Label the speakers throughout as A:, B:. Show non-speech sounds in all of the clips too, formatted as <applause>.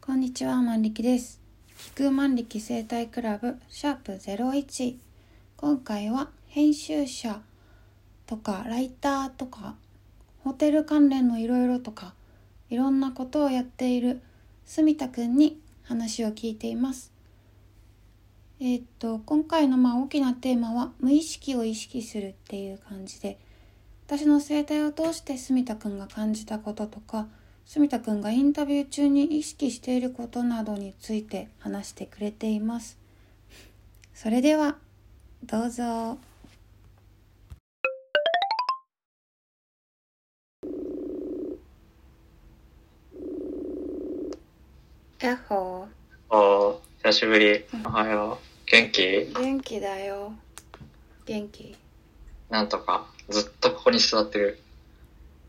A: こんにちは、万力です。聞く万力生態クラブシャープ01。今回は編集者とかライターとかホテル関連のいろいろとかいろんなことをやっている住田くんに話を聞いています。えーっと今回のまあ大きなテーマは無意識を意識するっていう感じで私の生態を通して住田くんが感じたこととか住田くんがインタビュー中に意識していることなどについて話してくれていますそれではどうぞやっほ
B: おー、久しぶり。おはよう。元気
A: ー元気だよ元気
B: なんとか。ずっとここに座ってる。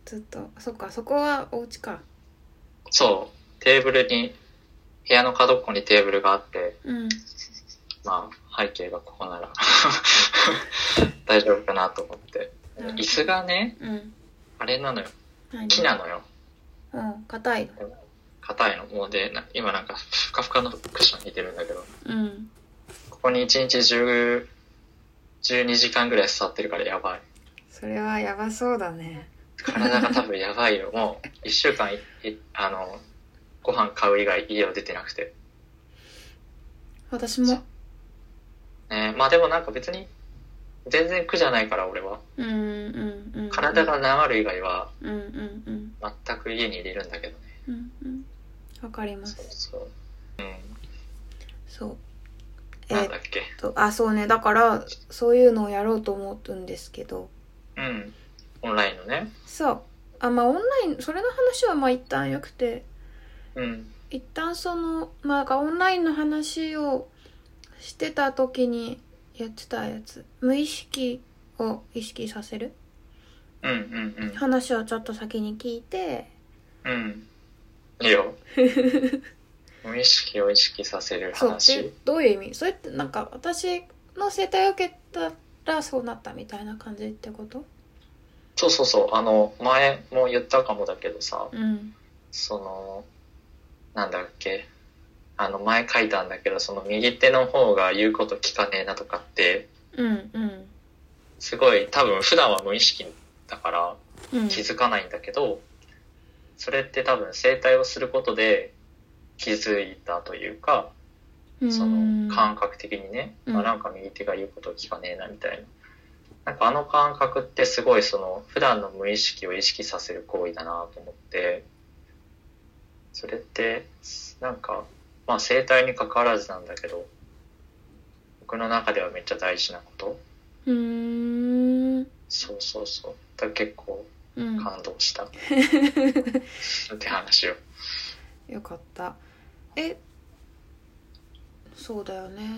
A: ずっとそっかそこはお家か
B: そう。テーブルに、部屋の角っこにテーブルがあって、
A: うん
B: まあ、背景がここなら、 <laughs> 大丈夫かなと思って。
A: うん
B: 椅子がね、
A: うん
B: あれなのよ。
A: 何
B: 木なのよ。
A: うん硬いの
B: 硬いの。もうで、な今なんか、ふかふかのクッション引いてるんだけど、
A: うん
B: ここに1日10、12時間ぐらい座ってるからやばい。
A: それはやばそうだね
B: 体が多分やばいよ。 <laughs> もう、一週間い、いあの、ご飯買う以外家を出てなくて。
A: 私も
B: ね、まあでもなんか別に、全然苦じゃないから俺は。
A: うんうんうん
B: 体が治る以外は、
A: うんうんうん
B: 全く家に入れるんだけどね。
A: うんうんわかりま
B: そう
A: す
B: そう。
A: そうえ
B: なん
A: ーっ
B: だっけ。
A: とあそうねだからそういうのをやろうと思うんですけど
B: うん。オンラインのね。
A: そうあまあオンラインそれの話はまあ一旦よくて
B: うん。
A: 一旦そのまあなんかオンラインの話をしてた時にやってたやつ無意識を意識させる
B: うんうん
A: 話をちょっと先に聞いて
B: うん。うん。い
A: <laughs>
B: いよ。無意識を意識させる
A: そうで
B: 話。
A: どういう意味それってなんか私の生態を受けたらそうなったみたいな感じってこと
B: そうそうそう。あの、前も言ったかもだけどさ、
A: うん
B: その、なんだっけ。あの、前書いたんだけど、その右手の方が言うこと聞かねえなとかって、
A: うんうん
B: すごい多分普段は無意識だから
A: うん
B: 気づかないんだけど、それって多分整体をすることで気づいたというか、その感覚的にね、
A: うん
B: まあ、なんか右手が言うこと聞かねえなみたいな。なんかあの感覚ってすごいその普段の無意識を意識させる行為だなと思ってそれってなんかまあ生態に関わらずなんだけど僕の中ではめっちゃ大事なこと
A: うーん
B: そうそうそうだから結構
A: うん
B: 感動
A: <laughs>
B: した。って話を。
A: よかったえそうだよね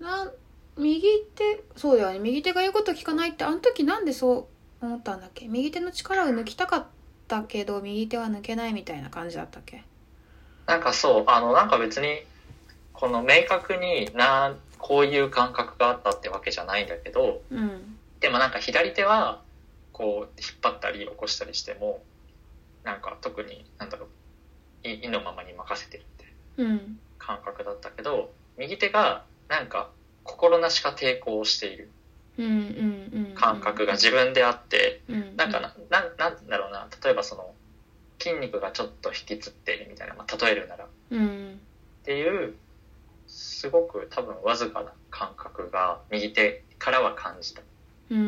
A: なん右手そうだよね右手が言うこと聞かないってあの時なんでそう思ったんだっけ右手の力を抜きたかったけど右手は抜けないみたいな感じだったっけ
B: なんかそう、あの、なんか別に、この明確にな、こういう感覚があったってわけじゃないんだけど、
A: うん
B: でもなんか左手は、こう、引っ張ったり起こしたりしても、なんか特に、なんだろう、い意のままに任せてるって
A: うん
B: 感覚だったけど、右手が、なんか、心なしか抵抗をしている
A: うんうんうんうん
B: 感覚が自分であって、
A: うん
B: なんかな、なん、なんだろうな、例えばその、筋肉がちょっと引きつっているみたいな、まあ、例えるなら、っ
A: うん
B: ていう、すごく多分わずかな感覚が右手からは感じた。いう
A: ー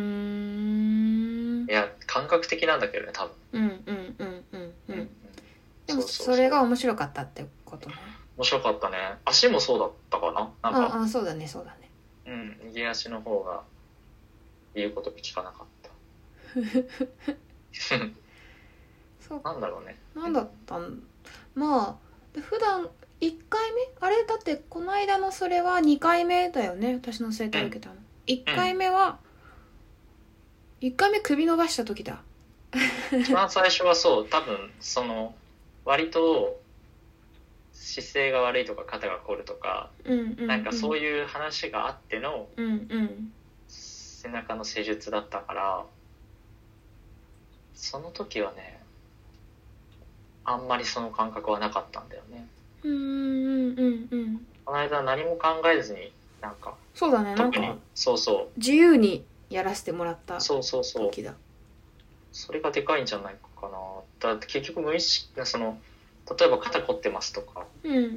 A: ん
B: や、感覚的なんだけどね、多分。
A: うんうんうんうんう
B: うんん
A: でも
B: うう
A: それが面白かったってことね
B: 面白かったね。足もそうだったかななんか、
A: ああそうだねそうだね
B: うん、右足の方が言うこと聞かなかった。
A: <laughs> そう
B: なんだろうね。
A: なんだったんまあで普段1回目あれだってこの間のそれは2回目だよね私の整体受けたの1回目は1回目首伸ばした時だ
B: 一番最初はそう多分その割と姿勢が悪いとか肩が凝るとか、
A: うんうん
B: なんかそう
A: い
B: いう話があっての
A: うんうん
B: 背中の施術だったからその時はねあんまりその感覚はなかったんだよね
A: うんうんうんうん
B: この間何も考えずになんか
A: そうだねなん
B: 特に
A: か
B: そうそ
A: 自由にやらせてもらった
B: うそうそうそう
A: 時だ
B: それがでかいんじゃないかなだって結局無意識なその例えば肩凝ってますとか
A: うん
B: っ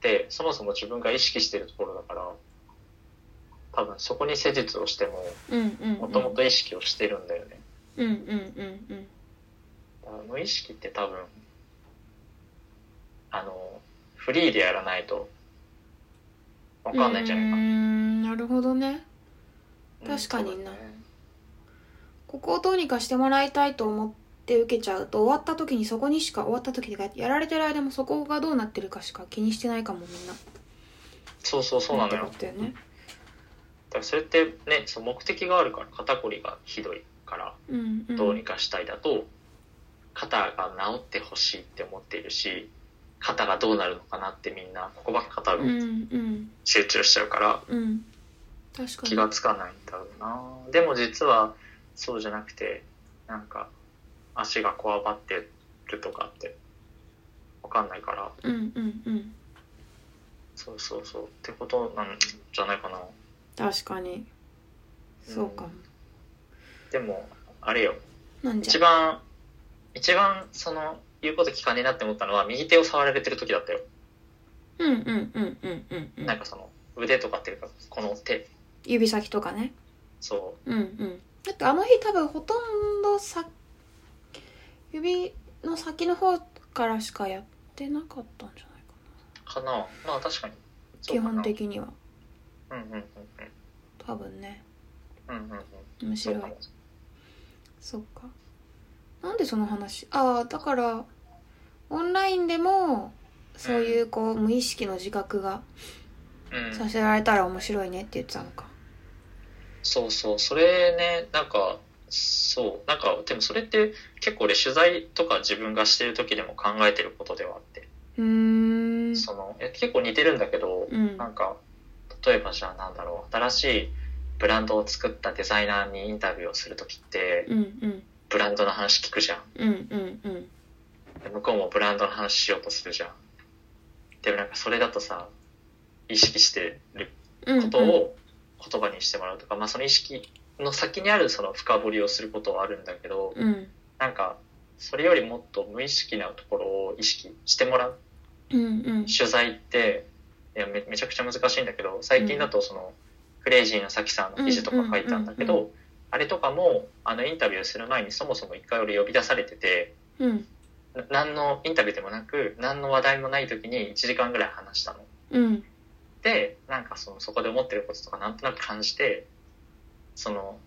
B: てそもそも自分が意識してるところだから多分そこに施術をしても
A: うんうん
B: もともと意識をしてるんだよね、
A: うんうんうんうん
B: だから無意識って多分あのフリーでやらないとわかんないんじゃないうか
A: ー
B: な、
A: んなるほどねーん
B: うん
A: 確かにな
B: そうだね
A: ここをどうにかしてもらいたいと思って受けちゃうと終わった時にそこにしか終わった時がやられてる間もそこがどうなってるかしか気にしてないかもみんな
B: そうそうそうなのよ
A: っ
B: だ
A: てことだよね
B: からそれってねその目的があるから肩こりがひどいから
A: うんうん
B: どうにかしたいだと肩が治ってほしいって思っているし肩がどうなるのかなってみんなここばっか多
A: うんう
B: 分
A: ん
B: 集中しちゃうから
A: うん確かに
B: 気がつかないんだろうなでも実はそうじゃなくてなんか足がこわばってるとかってわかんないから
A: うんうんうん
B: そうそうそうってことなんじゃないかな
A: 確かにそうかも
B: でもあれよ
A: なんじ
B: 一
A: ゃ
B: 番一番その言うこと聞かねえなって思ったのは右手を触られてる時だったよ
A: うんうんうんうんうんう
B: なん
A: ん
B: かその腕とかっていうかこの手
A: 指先とかね
B: そう
A: うんうんだってあの日多分ほとんどさ指の先の方からしかやってなかったんじゃないか
B: かなまあ確かに
A: な
B: そう
A: 基
B: か
A: 本
B: な
A: 的には
B: うんうんうん
A: 多分ね
B: うんうんうんうん
A: 面
B: そ
A: 白
B: う
A: い
B: かも
A: そっかなんでその話ああだからオンラインでもそういうこう無意識の自覚が
B: うん
A: させられたら面白いねって言ってたのか
B: そうそう、それね、なんか、そう、なんか、でもそれって結構俺取材とか自分がしてる時でも考えてることではあって、
A: うーん
B: その、え結構似てるんだけど、
A: うん
B: なんか、例えばじゃあなんだろう、新しいブランドを作ったデザイナーにインタビューをする時って、
A: うんうん
B: ブランドの話聞くじゃん。
A: うんうんうん
B: で向こうもブランドの話しようとするじゃん。でもなんかそれだとさ、意識してる
A: うん
B: ことを言葉にしてもらうとか、まあその意識の先にあるその深掘りをすることはあるんだけど、
A: うん
B: なんかそれよりもっと無意識なところを意識してもらう
A: うんうん
B: 取材っていやめめちゃくちゃ難しいんだけど最近だとその、クレイジーなさきさんの記事とか書いたんだけど、
A: うんう
B: あれとかもあのインタビューする前にそもそも一回俺呼び出されてて
A: うん
B: な何のインタビューでもなく何の話題もない時に1時間ぐらい話したの。
A: うん
B: でなんかそのそこで思ってることとかなんとなく感じてその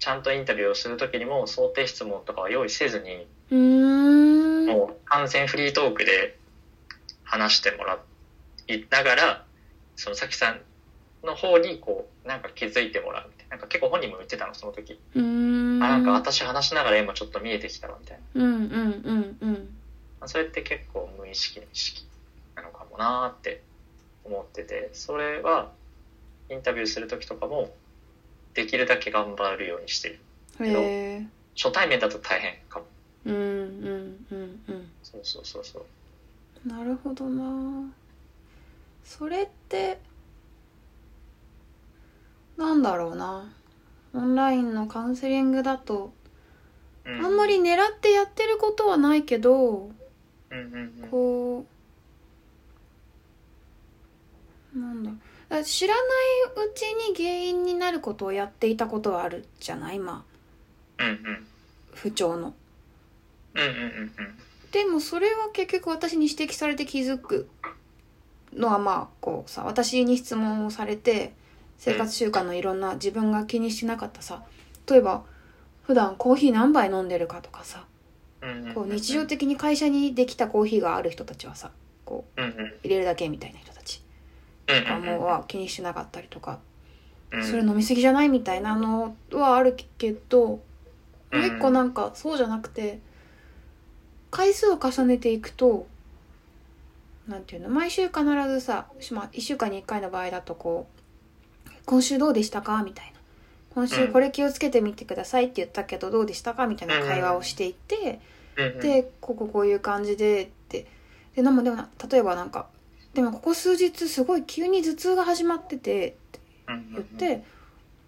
B: ちゃんとインタビューをする時にも想定質問とかは用意せずに
A: うーん
B: もう完全フリートークで話してもらいながらそのさきさんの方にこうなんか気づいてもらうみたいななんか結構本人も言ってたのその時、
A: うーん
B: あなんか私話しながら今ちょっと見えてきたわみたい
A: うんうんうんうん
B: なそれって結構無意識の意識なのかもなーって思っててそれはインタビューする時とかもできるだけ頑張るようにしてる
A: へえ
B: 初対面だと大変かも
A: うんうんうんうん
B: そうそうそうそう
A: なるほどなそれってなんだろうなオンラインのカウンセリングだと
B: う
A: あんまり狙ってやってることはないけど
B: うんうんうん
A: こうなんだあ知らないうちに原因になることをやっていたことはあるじゃないまあ
B: うんうん
A: 不調の。
B: うんうんうんうん
A: でもそれは結局私に指摘されて気づくのはまあこうさ私に質問をされて生活習慣のいろんな自分が気にしてなかったさ例えば普段コーヒー何杯飲んでるかとかさこう日常的に会社にできたコーヒーがある人たちはさこう
B: うんうん
A: 入れるだけみたいな人たち
B: うん
A: がもうは気にしてなかったりとか
B: うん
A: それ飲みすぎじゃないみたいなのはあるけどもう一個
B: うん
A: なんかそうじゃなくて回数を重ねていくとなんていうの毎週必ずさ、まあ、1週間に1回の場合だとこう「今週どうでしたか?」みたいな「今週これ気をつけてみてください」って言ったけどどうでしたかみたいな会話をしていって
B: うんうん、
A: でこここういう感じでってでなんもでもな例えばなんかでもここ数日すごい急に頭痛が始まっててって
B: うんうんうん
A: 言って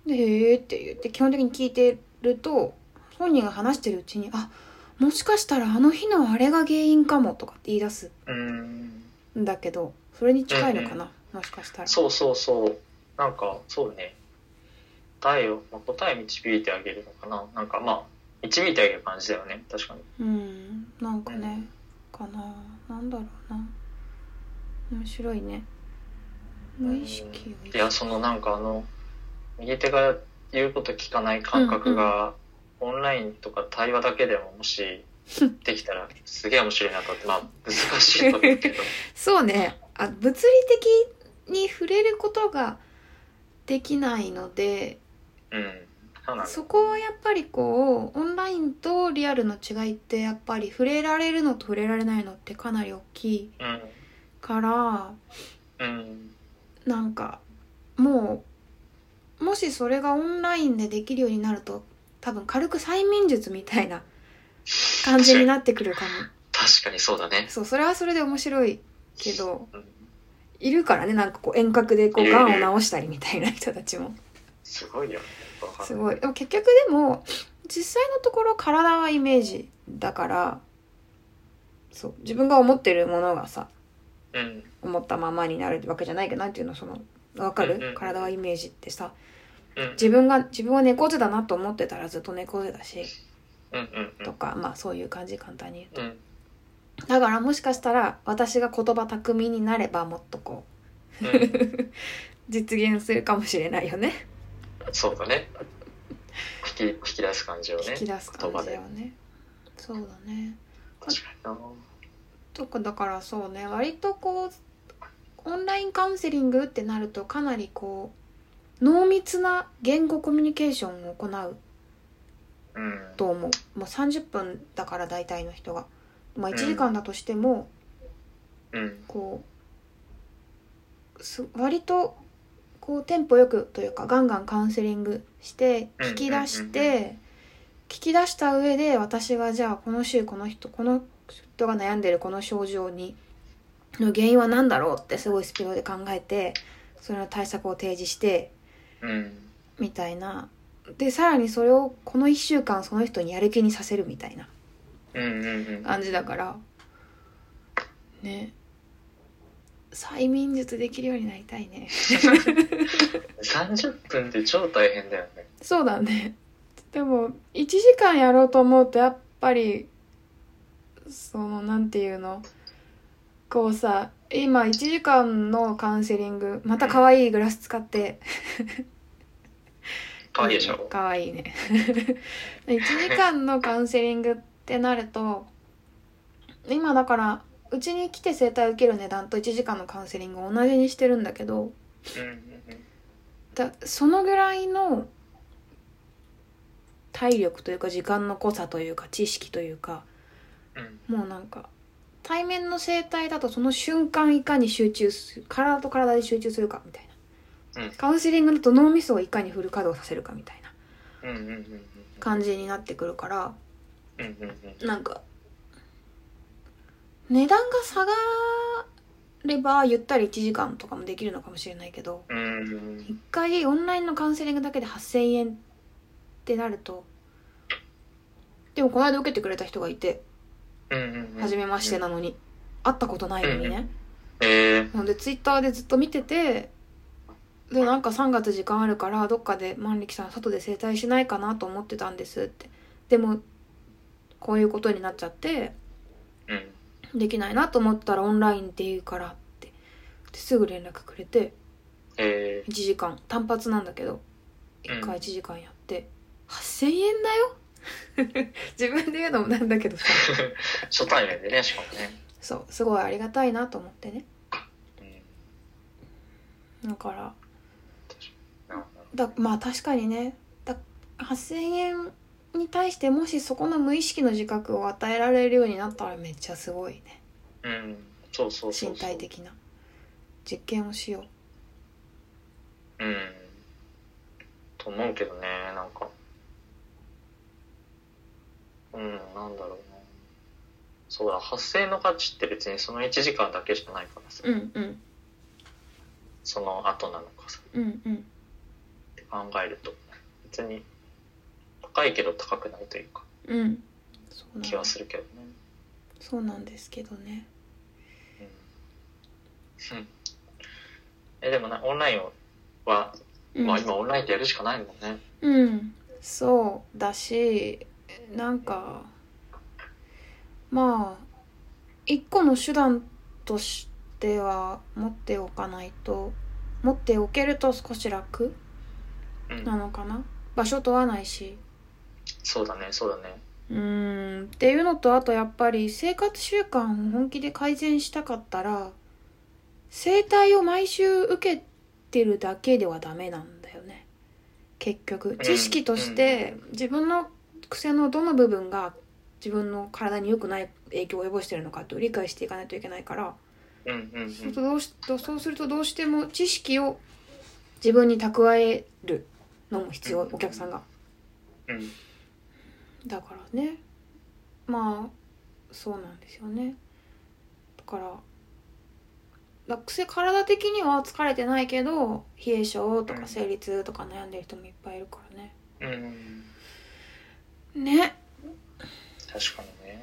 A: でへえって言って基本的に聞いてると本人が話してるうちにあもしかしたらあの日のあれが原因かもとかって言い出す
B: うん
A: んだけどそれに近いのかな、もしかしたら
B: そうそうそうなんかそうね答えを、まあ、答え導いてあげるのかななんかまあ導いてあげる感じだよね確かに
A: うんなんかねかななんだろうな面白いね無意識を意
B: い
A: 識
B: やそのなんかあの右手が言うこと聞かない感覚が、オンラインとか対話だけでももしできたらすげえ面白いなと思ってまあ難しいと思う
A: <laughs>
B: けど
A: そうねあ物理的に触れることができないので
B: うんそうなんだ
A: そこはやっぱりこうオンラインとリアルの違いってやっぱり触れられるのと触れられないのってかなり大きいから
B: うんうん
A: なんかもうもしそれがオンラインでできるようになると多分軽く催眠術みたいな感じになってくるかも
B: 確かにそうだね
A: そうそれはそれで面白いけど
B: うん
A: いるからねなんかこう遠隔でこ
B: いうるいる
A: がんを治したりみたいな人たちも
B: すごいよねわかんない
A: すごいでも結局でも実際のところ体はイメージだからそう自分が思ってるものがさ
B: うん
A: 思ったままになるわけじゃないけどなんていうのそのわか
B: うんうんう
A: る
B: ん
A: 体はイメージってさ
B: うん
A: 自分が自分は猫背だなと思ってたらずっと猫背だし
B: うんうんう
A: と
B: ん
A: かまあそういう感じ簡単に
B: うん
A: だからもしかしたら私が言葉巧みになればもっとこ
B: う
A: う
B: ん
A: 実現するかもしれないよね
B: そうだね引き引き出す感じをね
A: 引き出す感
B: 言葉
A: じだ
B: で
A: よねそうだね
B: 確かにな
A: とかだからそうね割とこうオンラインカウンセリングってなるとかなりこう濃密な言語コミュニケーションを行う
B: うん
A: と思うもう30分だから大体の人が、まあ、1時間だとしても、
B: うん
A: こうす割とこうテンポよくというかガンガンカウンセリングして
B: うん
A: 聞き出し
B: うんうん
A: て聞き出した上で私がじゃあこの週この人この人が悩んでるこの症状にの原因は何だろうってすごいスピードで考えてそれの対策を提示して
B: うん
A: みたいなでさらにそれをこの1週間その人にやる気にさせるみたいな
B: うんうんうん
A: 感じだからね催眠術できるようになりたいね
B: 30分って超大変だよね
A: そうだねでも1時間やろうと思うとやっぱりそのなんていうのこうさ今1時間のカウンセリングまた可愛いグラス使って
B: 可愛いでしょ
A: 可愛いね <laughs> 1時間のカウンセリングってなると今だからうちに来て整体受ける値段と1時間のカウンセリングを同じにしてるんだけど
B: うんうんうん
A: だそのぐらいの体力というか時間の濃さというか知識というか
B: うん
A: もうなんか対面の整体だとその瞬間いかに集中する体と体で集中するかみたいな、
B: うん
A: カウンセリングだと脳みそをいかにフル稼働させるかみたいな
B: うんうんうん
A: 感じになってくるから
B: うんうんうん
A: なんか値段が下がればゆったり1時間とかもできるのかもしれないけど
B: うんうん
A: 1回オンラインのカウンセリングだけで8,000円ってなるとでもこの間受けてくれた人がいて
B: うんうん
A: 初めましてなのに会ったことないのにね
B: えー
A: なのでツイッターでずっと見ててでなんか3月時間あるからどっかで万力さん外で整体しないかなと思ってたんですってでもこういうことになっちゃって
B: うん
A: できないなと思ったらオンラインって言うからってですぐ連絡くれて
B: え
A: 1時間単発なんだけど
B: う
A: 1
B: ん
A: 回1時間やって、8,000円だよ <laughs> 自分で言うのもなんだけどさ
B: ー初対面でねしかもね
A: そうすごいありがたいなと思ってね
B: うん
A: だから
B: なるほ
A: だまあ確かにねだ8,000円に対してもしそこの無意識の自覚を与えられるようになったらめっちゃすごいね
B: どうんそうそうそうそう
A: 身体的な実験をしよ
B: うんと思うけどねなんかうんなんだろうなそうだ発生の価値って別にその1時間だけじゃないからさ、
A: うんうん
B: その後なのかさ
A: うんうん
B: って考えると別に高いけど高くないというか
A: うんそう
B: 気
A: な
B: は
A: ん
B: するけどね、
A: そうなんですけどね
B: うんうんえでもなオンラインは、
A: うん
B: まあ今オンラインでやるしかないもんね
A: うんそうだしなんかまあ一個の手段としては持っておかないと持っておけると少し楽
B: うん、
A: なのかな場所問わないし
B: そうだねそうだね
A: うーんっていうのとあとやっぱり生活習慣を本気で改善したかったら整体を毎週受けてるだけではダメなんだよね結局知識として自分の癖のどの部分が自分の体に良くない影響を及ぼしてるのかって理解していかないといけないから
B: うんうんうん
A: そうするとどうしそうするとどうしても知識を自分に蓄えるのも必要お客さんが。
B: うん
A: だからねまあそうなんですよねだからだ癖体的には疲れてないけど冷え性と
B: う
A: か
B: ん
A: 生理痛とか悩んでる人もいっぱいいるからね
B: うんうん
A: ね
B: 確かにね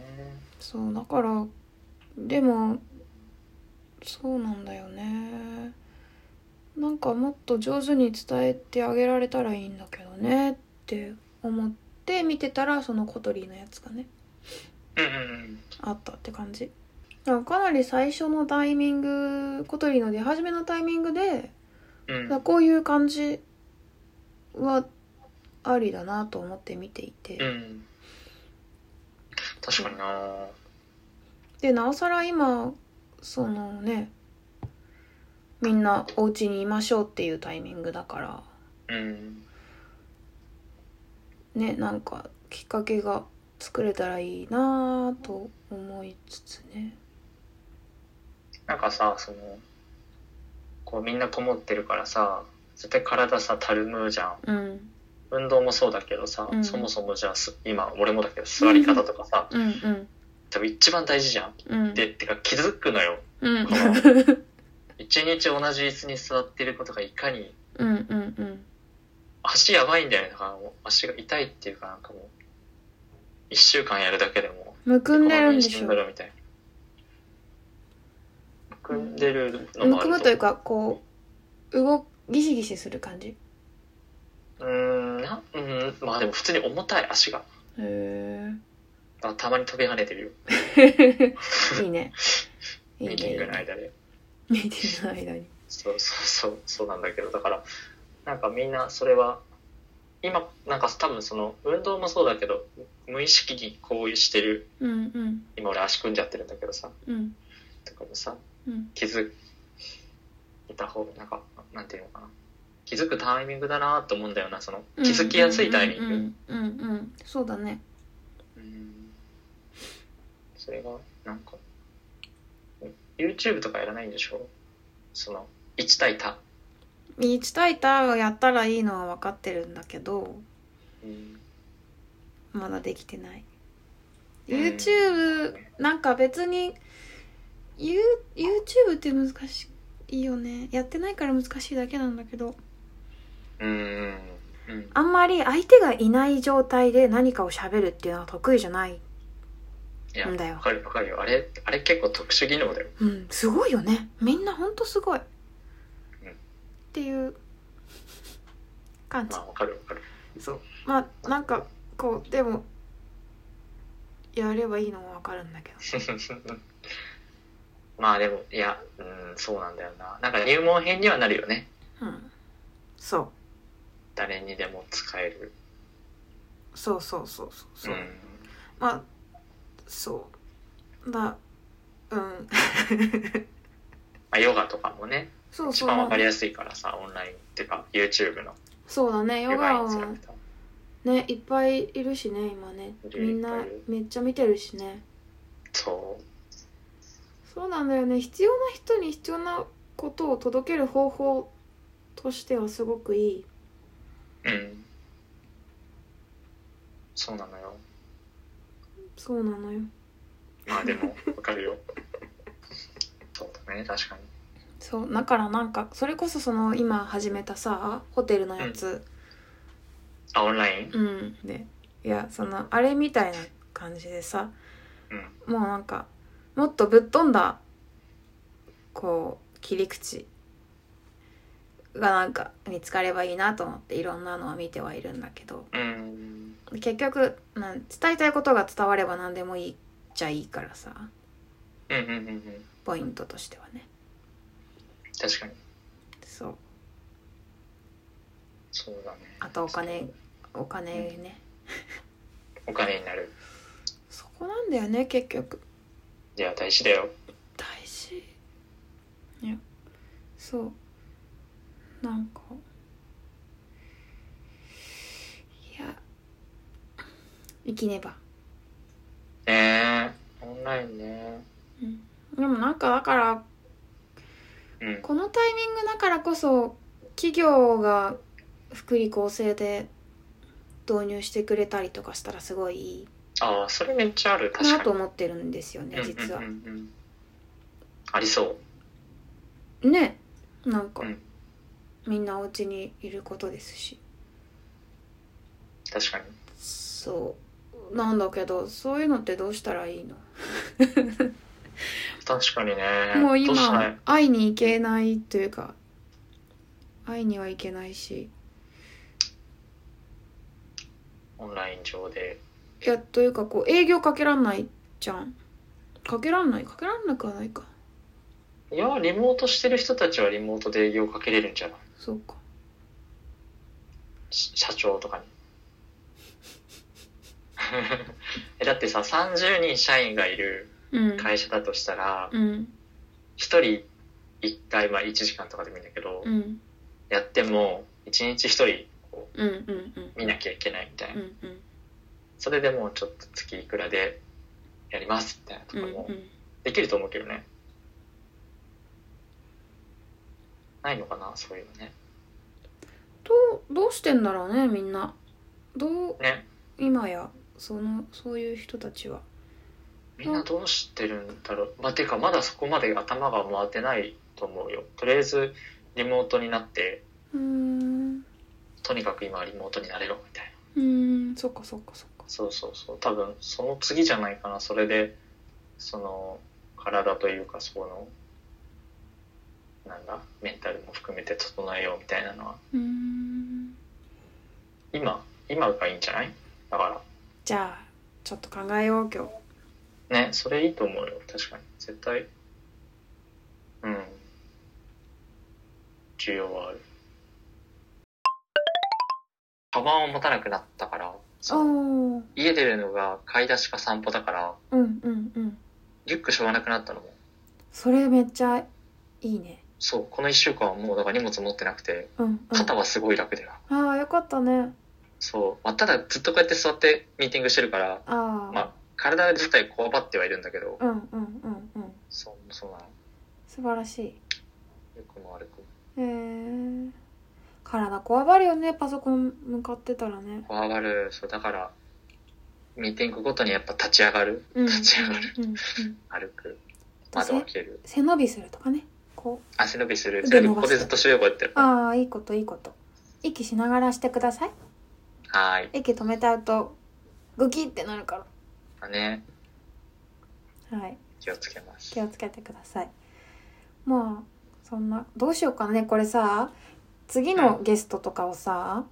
A: そうだからでもそうなんだよねなんかもっと上手に伝えてあげられたらいいんだけどねって思って見てたらその小鳥のやつがね
B: うんうんうん
A: あったって感じなんかかなり最初のタイミング小鳥の出始めのタイミングで
B: うん
A: なんかこういう感じはありだなと思って見ていて、
B: うん確かにな
A: でなおさら今そのねみんなお家にいましょうっていうタイミングだから
B: うん
A: ねなんかきっかけが作れたらいいなと思いつつね
B: なんかさそのこうみんなこもってるからさ絶対体さたるむじゃん
A: うん
B: 運動もそうだけどさ、
A: うん
B: そもそもじゃあす今俺もだけど座り方とかさ、
A: うんうん
B: 多分一番大事じゃん
A: うん
B: でてか気づくのよ
A: うん
B: この一日同じ椅子に座ってることがいかに
A: うんうんうん
B: 足やばいんだよねだからもう足が痛いっていうかなんかもう一週間やるだけでも
A: むくんでるんで
B: こ
A: し
B: の
A: ょ
B: 妊娠だろみたいなむくんでるの
A: む
B: もあ
A: く
B: る
A: むというかこう動ギシギシする感じ
B: うーんなうんまあでも普通に重たい足が
A: へ
B: あたまに飛び跳ねてるよ
A: えいい
B: <laughs>
A: ねいいね
B: ミーティングの間で
A: ミーティングの間に
B: そうそうそうそうなんだけどだからなんかみんなそれは今なんか多分その運動もそうだけど無意識にこうしてる
A: うんうん
B: 今俺足組んじゃってるんだけどさ
A: うん
B: とかもさ
A: うん
B: 気づいた方なんかなんていうのかな気づくタイミングだなと思うんだよなその気づきやすいタイミング、
A: うんうんうんうんうんそうだね
B: うんそれがなんか YouTube とかやらないんでしょその1対多、
A: 1対タをやったらいいのは分かってるんだけど
B: うん
A: まだできてない
B: うん
A: YouTube なんか別に You- YouTube って難しいよねやってないから難しいだけなんだけど
B: うんうん
A: あんまり相手がいない状態で何かを喋るっていうのは得意じゃない。
B: いや、
A: んだよ
B: わかるわかるよ。あれ、あれ結構特殊技能だよ。
A: うん、すごいよね。みんなほんとすごい。っていう感じ
B: まあ、。わかるわかる。 <laughs>
A: そう。まあ、なんか、こう、でも、やればいいのはわかるんだけど。
B: まあでも、いや、うん、そうなんだよな。なんか入門編にはなるよね。
A: うん。そう。
B: 誰にでも使える。
A: そうそうそうそうそうう。
B: ん。
A: まあ、そう。だ、うん。
B: まあ、ヨガとかもね、
A: そう
B: 一
A: そう。
B: 番わかりやすいからさ、オンラインっていうか、YouTube の
A: そうだね。ヨ
B: ヨガイ
A: ガ
B: ン
A: を
B: ストラクター。
A: ね、いっぱいいるしね、今ね。
B: いる
A: みん
B: いっ
A: な
B: ぱいいる
A: めっちゃ見てるしね。
B: そう。
A: そうなんだよね必要な人に必要なことを届ける方法としてはすごくいい
B: うん。そうなのよ。
A: そうなのよ
B: まあでも、わかるよ。そうだね、確かに。
A: そうだからなんかそれこそその今始めたさホテルのやつ
B: あ、オンライン
A: うんねいやそのあれみたいな感じでさ
B: うん。
A: もうなんかもっとぶっ飛んだこう切り口がなんか見つかればいいなと思っていろんなのを見てはいるんだけど
B: うん。
A: 結局なん伝えたいことが伝われば何でもいいっちゃいいからさ
B: うんうんうんうん。
A: ポイントとしてはね
B: 確かに。
A: そう
B: そうだね。
A: あとお金お金ね
B: お金になる。
A: そこなんだよね結局
B: いや、大事だよ。
A: 大事いやそうなんかいや生きねば、
B: ねえ。オンラインね。
A: うん、でもなんかだから
B: うん。
A: このタイミングだからこそ企業が福利厚生で導入してくれたりとかしたらすごいいい
B: ああ、それめっちゃある。確か
A: な
B: に。
A: と思ってるんですよね実は
B: うんうんうんうん、ありそう
A: ねなんか、
B: うん
A: みんなお家にいることですし
B: 確かに
A: そうなんだけどそういうのってどうしたらいいの、
B: 確かにね
A: もう
B: どしたらいい
A: 今会いに行けないというか会いには行けないし
B: オンライン上で
A: いやというかこう営業かけらんないじゃんかけらんないかけらんなくはないか
B: いやリモートしてる人たちはリモートで営業かけれるんじゃない
A: そうか
B: し社長とかに <laughs> えだってさ30人社員がいる
A: うん
B: 会社だとしたら
A: うん
B: 1人1回まあ1時間とかでもいいんだけど、
A: うんうん
B: やっても1日1人こ
A: うんうんうん
B: う見なきゃいけないみたいな、
A: うんうん
B: それでもうちょっと月いくらでやりますみたいなと
A: う
B: か
A: ん
B: も
A: うん
B: できると思うけどね。ないのかな、そういうのね。
A: どうどうしてんだろうねみんなどう
B: ね。
A: 今やそのそういう人たちは
B: みんなどうしてるんだろう。まあ、てか、まだそこまで頭が回ってないと思うよ。とりあえず、リモートになって、
A: うーん
B: とにかく今はリモートになれろ、みたいな。
A: うーんそっかそっかそっか
B: そうそうそう。多分、その次じゃないかな。それで、その、体というか、そこの、なんだ、メンタルも含めて整えようみたいなのは、
A: うーん
B: 今、今がいいんじゃないだから、
A: じゃあちょっと考えよう今日
B: ね、それいいと思うよ。確かに。絶対。うん。需要はある。カバンを持たなくなったから、
A: ああ
B: そう
A: うん
B: 家出るのが買い出しか散歩だから、
A: うんうん
B: リュックしょうがなくなったのも。
A: それめっちゃいいね
B: そう、この一週間はもうだから荷物持ってなくて、
A: うん、うん、
B: 肩はすごい楽だよ。
A: ああよかったね
B: そう。まあ、ただずっとこうやって座ってミーティングしてるから、
A: ああ、
B: まあ、体自体こわばってはいるんだけど、
A: うんうんうんうん
B: そう、そうなの。
A: 素晴らしい
B: よくも悪くも。
A: へえ体こわばるよねパソコン向かってたらね
B: 怖がるそうだからミーティングごとにやっぱ立ち上がる
A: うんうん
B: 立ち上がる
A: うんうん
B: 歩く
A: 私
B: 窓を開ける
A: 背伸びするとかねこう
B: 汗伸びする
A: 腕
B: それ
A: 伸
B: こ
A: ばして
B: こでずっとしようこうやっては
A: ああいいこといいこと息しながらしてください
B: ーい
A: 息止めちゃうとグキってなるか
B: まあね
A: らはい
B: 気をつけます
A: 気をつけてくださいまあそんなどうしようかねこれさ次のゲストとかをさ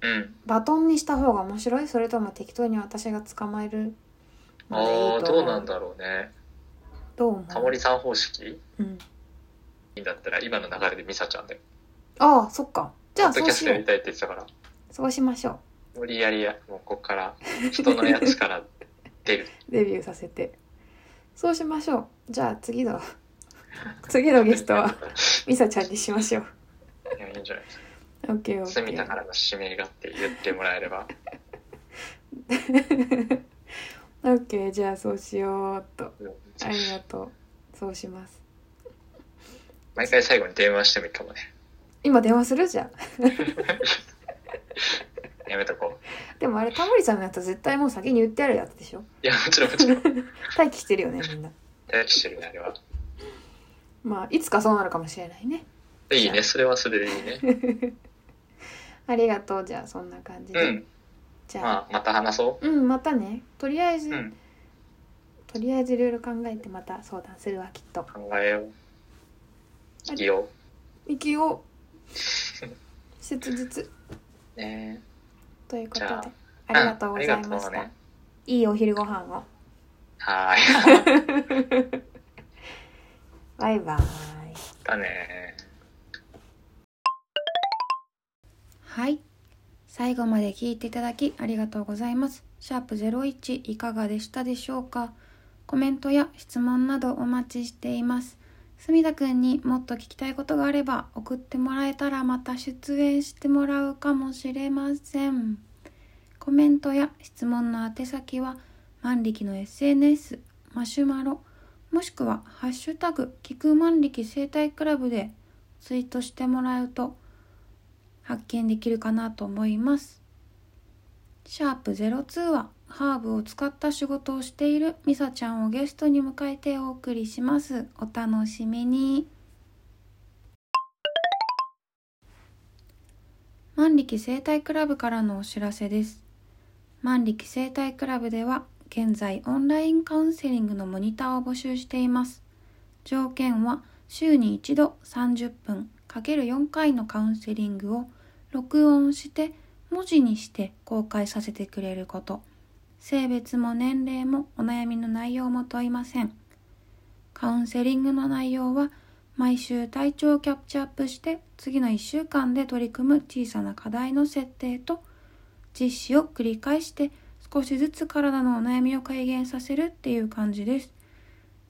B: うん
A: バトンにした方が面白いそれとも適当に私が捕まえる
B: ああー
A: と
B: ど
A: 思
B: うなんだろうね
A: どう思う
B: タモリさん方式
A: うん、
B: いいんだったら今の流れでミサちゃんで
A: ああそっかじゃあ
B: ポッ
A: そ
B: ド
A: う
B: キャス
A: し
B: ト
A: よ
B: やり
A: う
B: たいって言ってたから
A: そうしましょ
B: 無理やりやもうこっから人のやつから出る
A: うデビューさせてそうしましょうじゃあ次
B: <laughs>
A: の次のゲストはミサちゃんにしましょう
B: いやいいんじゃないですか
A: OKOK <laughs>
B: 隅田からの指名がって言ってもらえれば
A: OK じゃあそうしようっと
B: うん
A: ありがとうそうします
B: 毎回最後に電話してもいいかもね
A: 今電話するじゃん
B: えやめとこう。
C: でもあれタモリさんのやつは絶対もう先に言ってあるやつでし
B: <laughs>
C: ょ
B: いや、もちろんもちろん。
C: 待機してるよねみんな
B: 大してるね、あれは。
C: まあいつかそうなるかもしれないね
B: いいね、それはそれでいいね。
C: <laughs> ありがとうじゃあそんな感じで、
B: うん。
C: じゃあ、
B: まあ、また話そ
C: うんまたねとりあえず、
B: う。うん。
C: とりあえずいろいろ考えてまた相談するわきっと
B: 考えよう。生きよ
C: 息を <laughs> 切実
B: う。ね
C: ということ
B: じ
C: で
B: ゃ
C: あ
B: あ
C: りがとうございま
B: うんあり
C: した、
B: がとうね
C: いいお昼ご飯を
B: はーい。
C: バイバイ
B: だね
A: はい。最後まで聞いていただきありがとうございます。シャープ01いかがでしたでしょうかコメントや質問などお待ちしています。墨田くんにもっと聞きたいことがあれば送ってもらえたらまた出演してもらうかもしれません。コメントや質問の宛先は万力の SNS マシュマロもしくは「ハッシュタグ聞く万力生態クラブ」でツイートしてもらうと発見できるかなと思います。シャープ02はハーブを使った仕事をしているミサちゃんをゲストに迎えてお送りします。お楽しみに。万力生態クラブからのお知らせです。万力生態クラブでは現在オンラインカウンセリングのモニターを募集しています。条件は週に一度30分 ×4 回のカウンセリングを録音して文字にして公開させてくれること性別も年齢もお悩みの内容も問いませんカウンセリングの内容は毎週体調をキャプチャップして次の1週間で取り組む小さな課題の設定と実施を繰り返して少しずつ体のお悩みを改善させるっていう感じです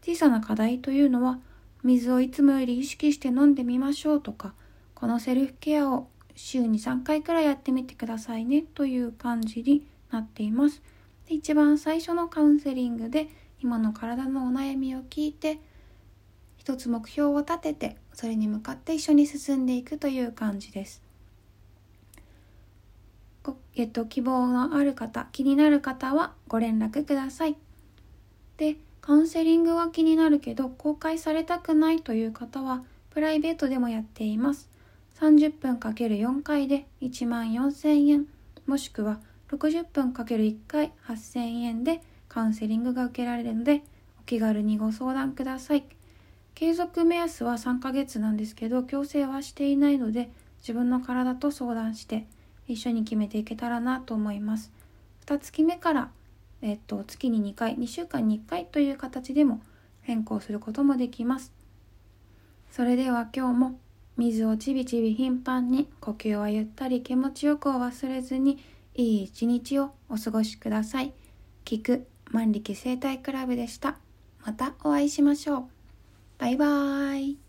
A: 小さな課題というのは水をいつもより意識して飲んでみましょうとかこのセルフケアを週に3回くらいやってみてくださいねという感じになっていますで一番最初のカウンセリングで今の体のお悩みを聞いて一つ目標を立ててそれに向かって一緒に進んでいくという感じですごえっと、希望のある方気になる方はご連絡くださいでカウンセリングは気になるけど公開されたくないという方はプライベートでもやっています30分 ×4 回で1万4000円もしくは60分 ×1 回8000円でカウンセリングが受けられるのでお気軽にご相談ください継続目安は3ヶ月なんですけど強制はしていないので自分の体と相談して一緒に決めていけたらなと思います2月目からえっと、月に2回2週間に1回という形でも変更することもできますそれでは今日も水をちびちび頻繁に呼吸はゆったり気持ちよくを忘れずにいい一日をお過ごしください聞く万力生態クラブでしたまたお会いしましょうバイバーイ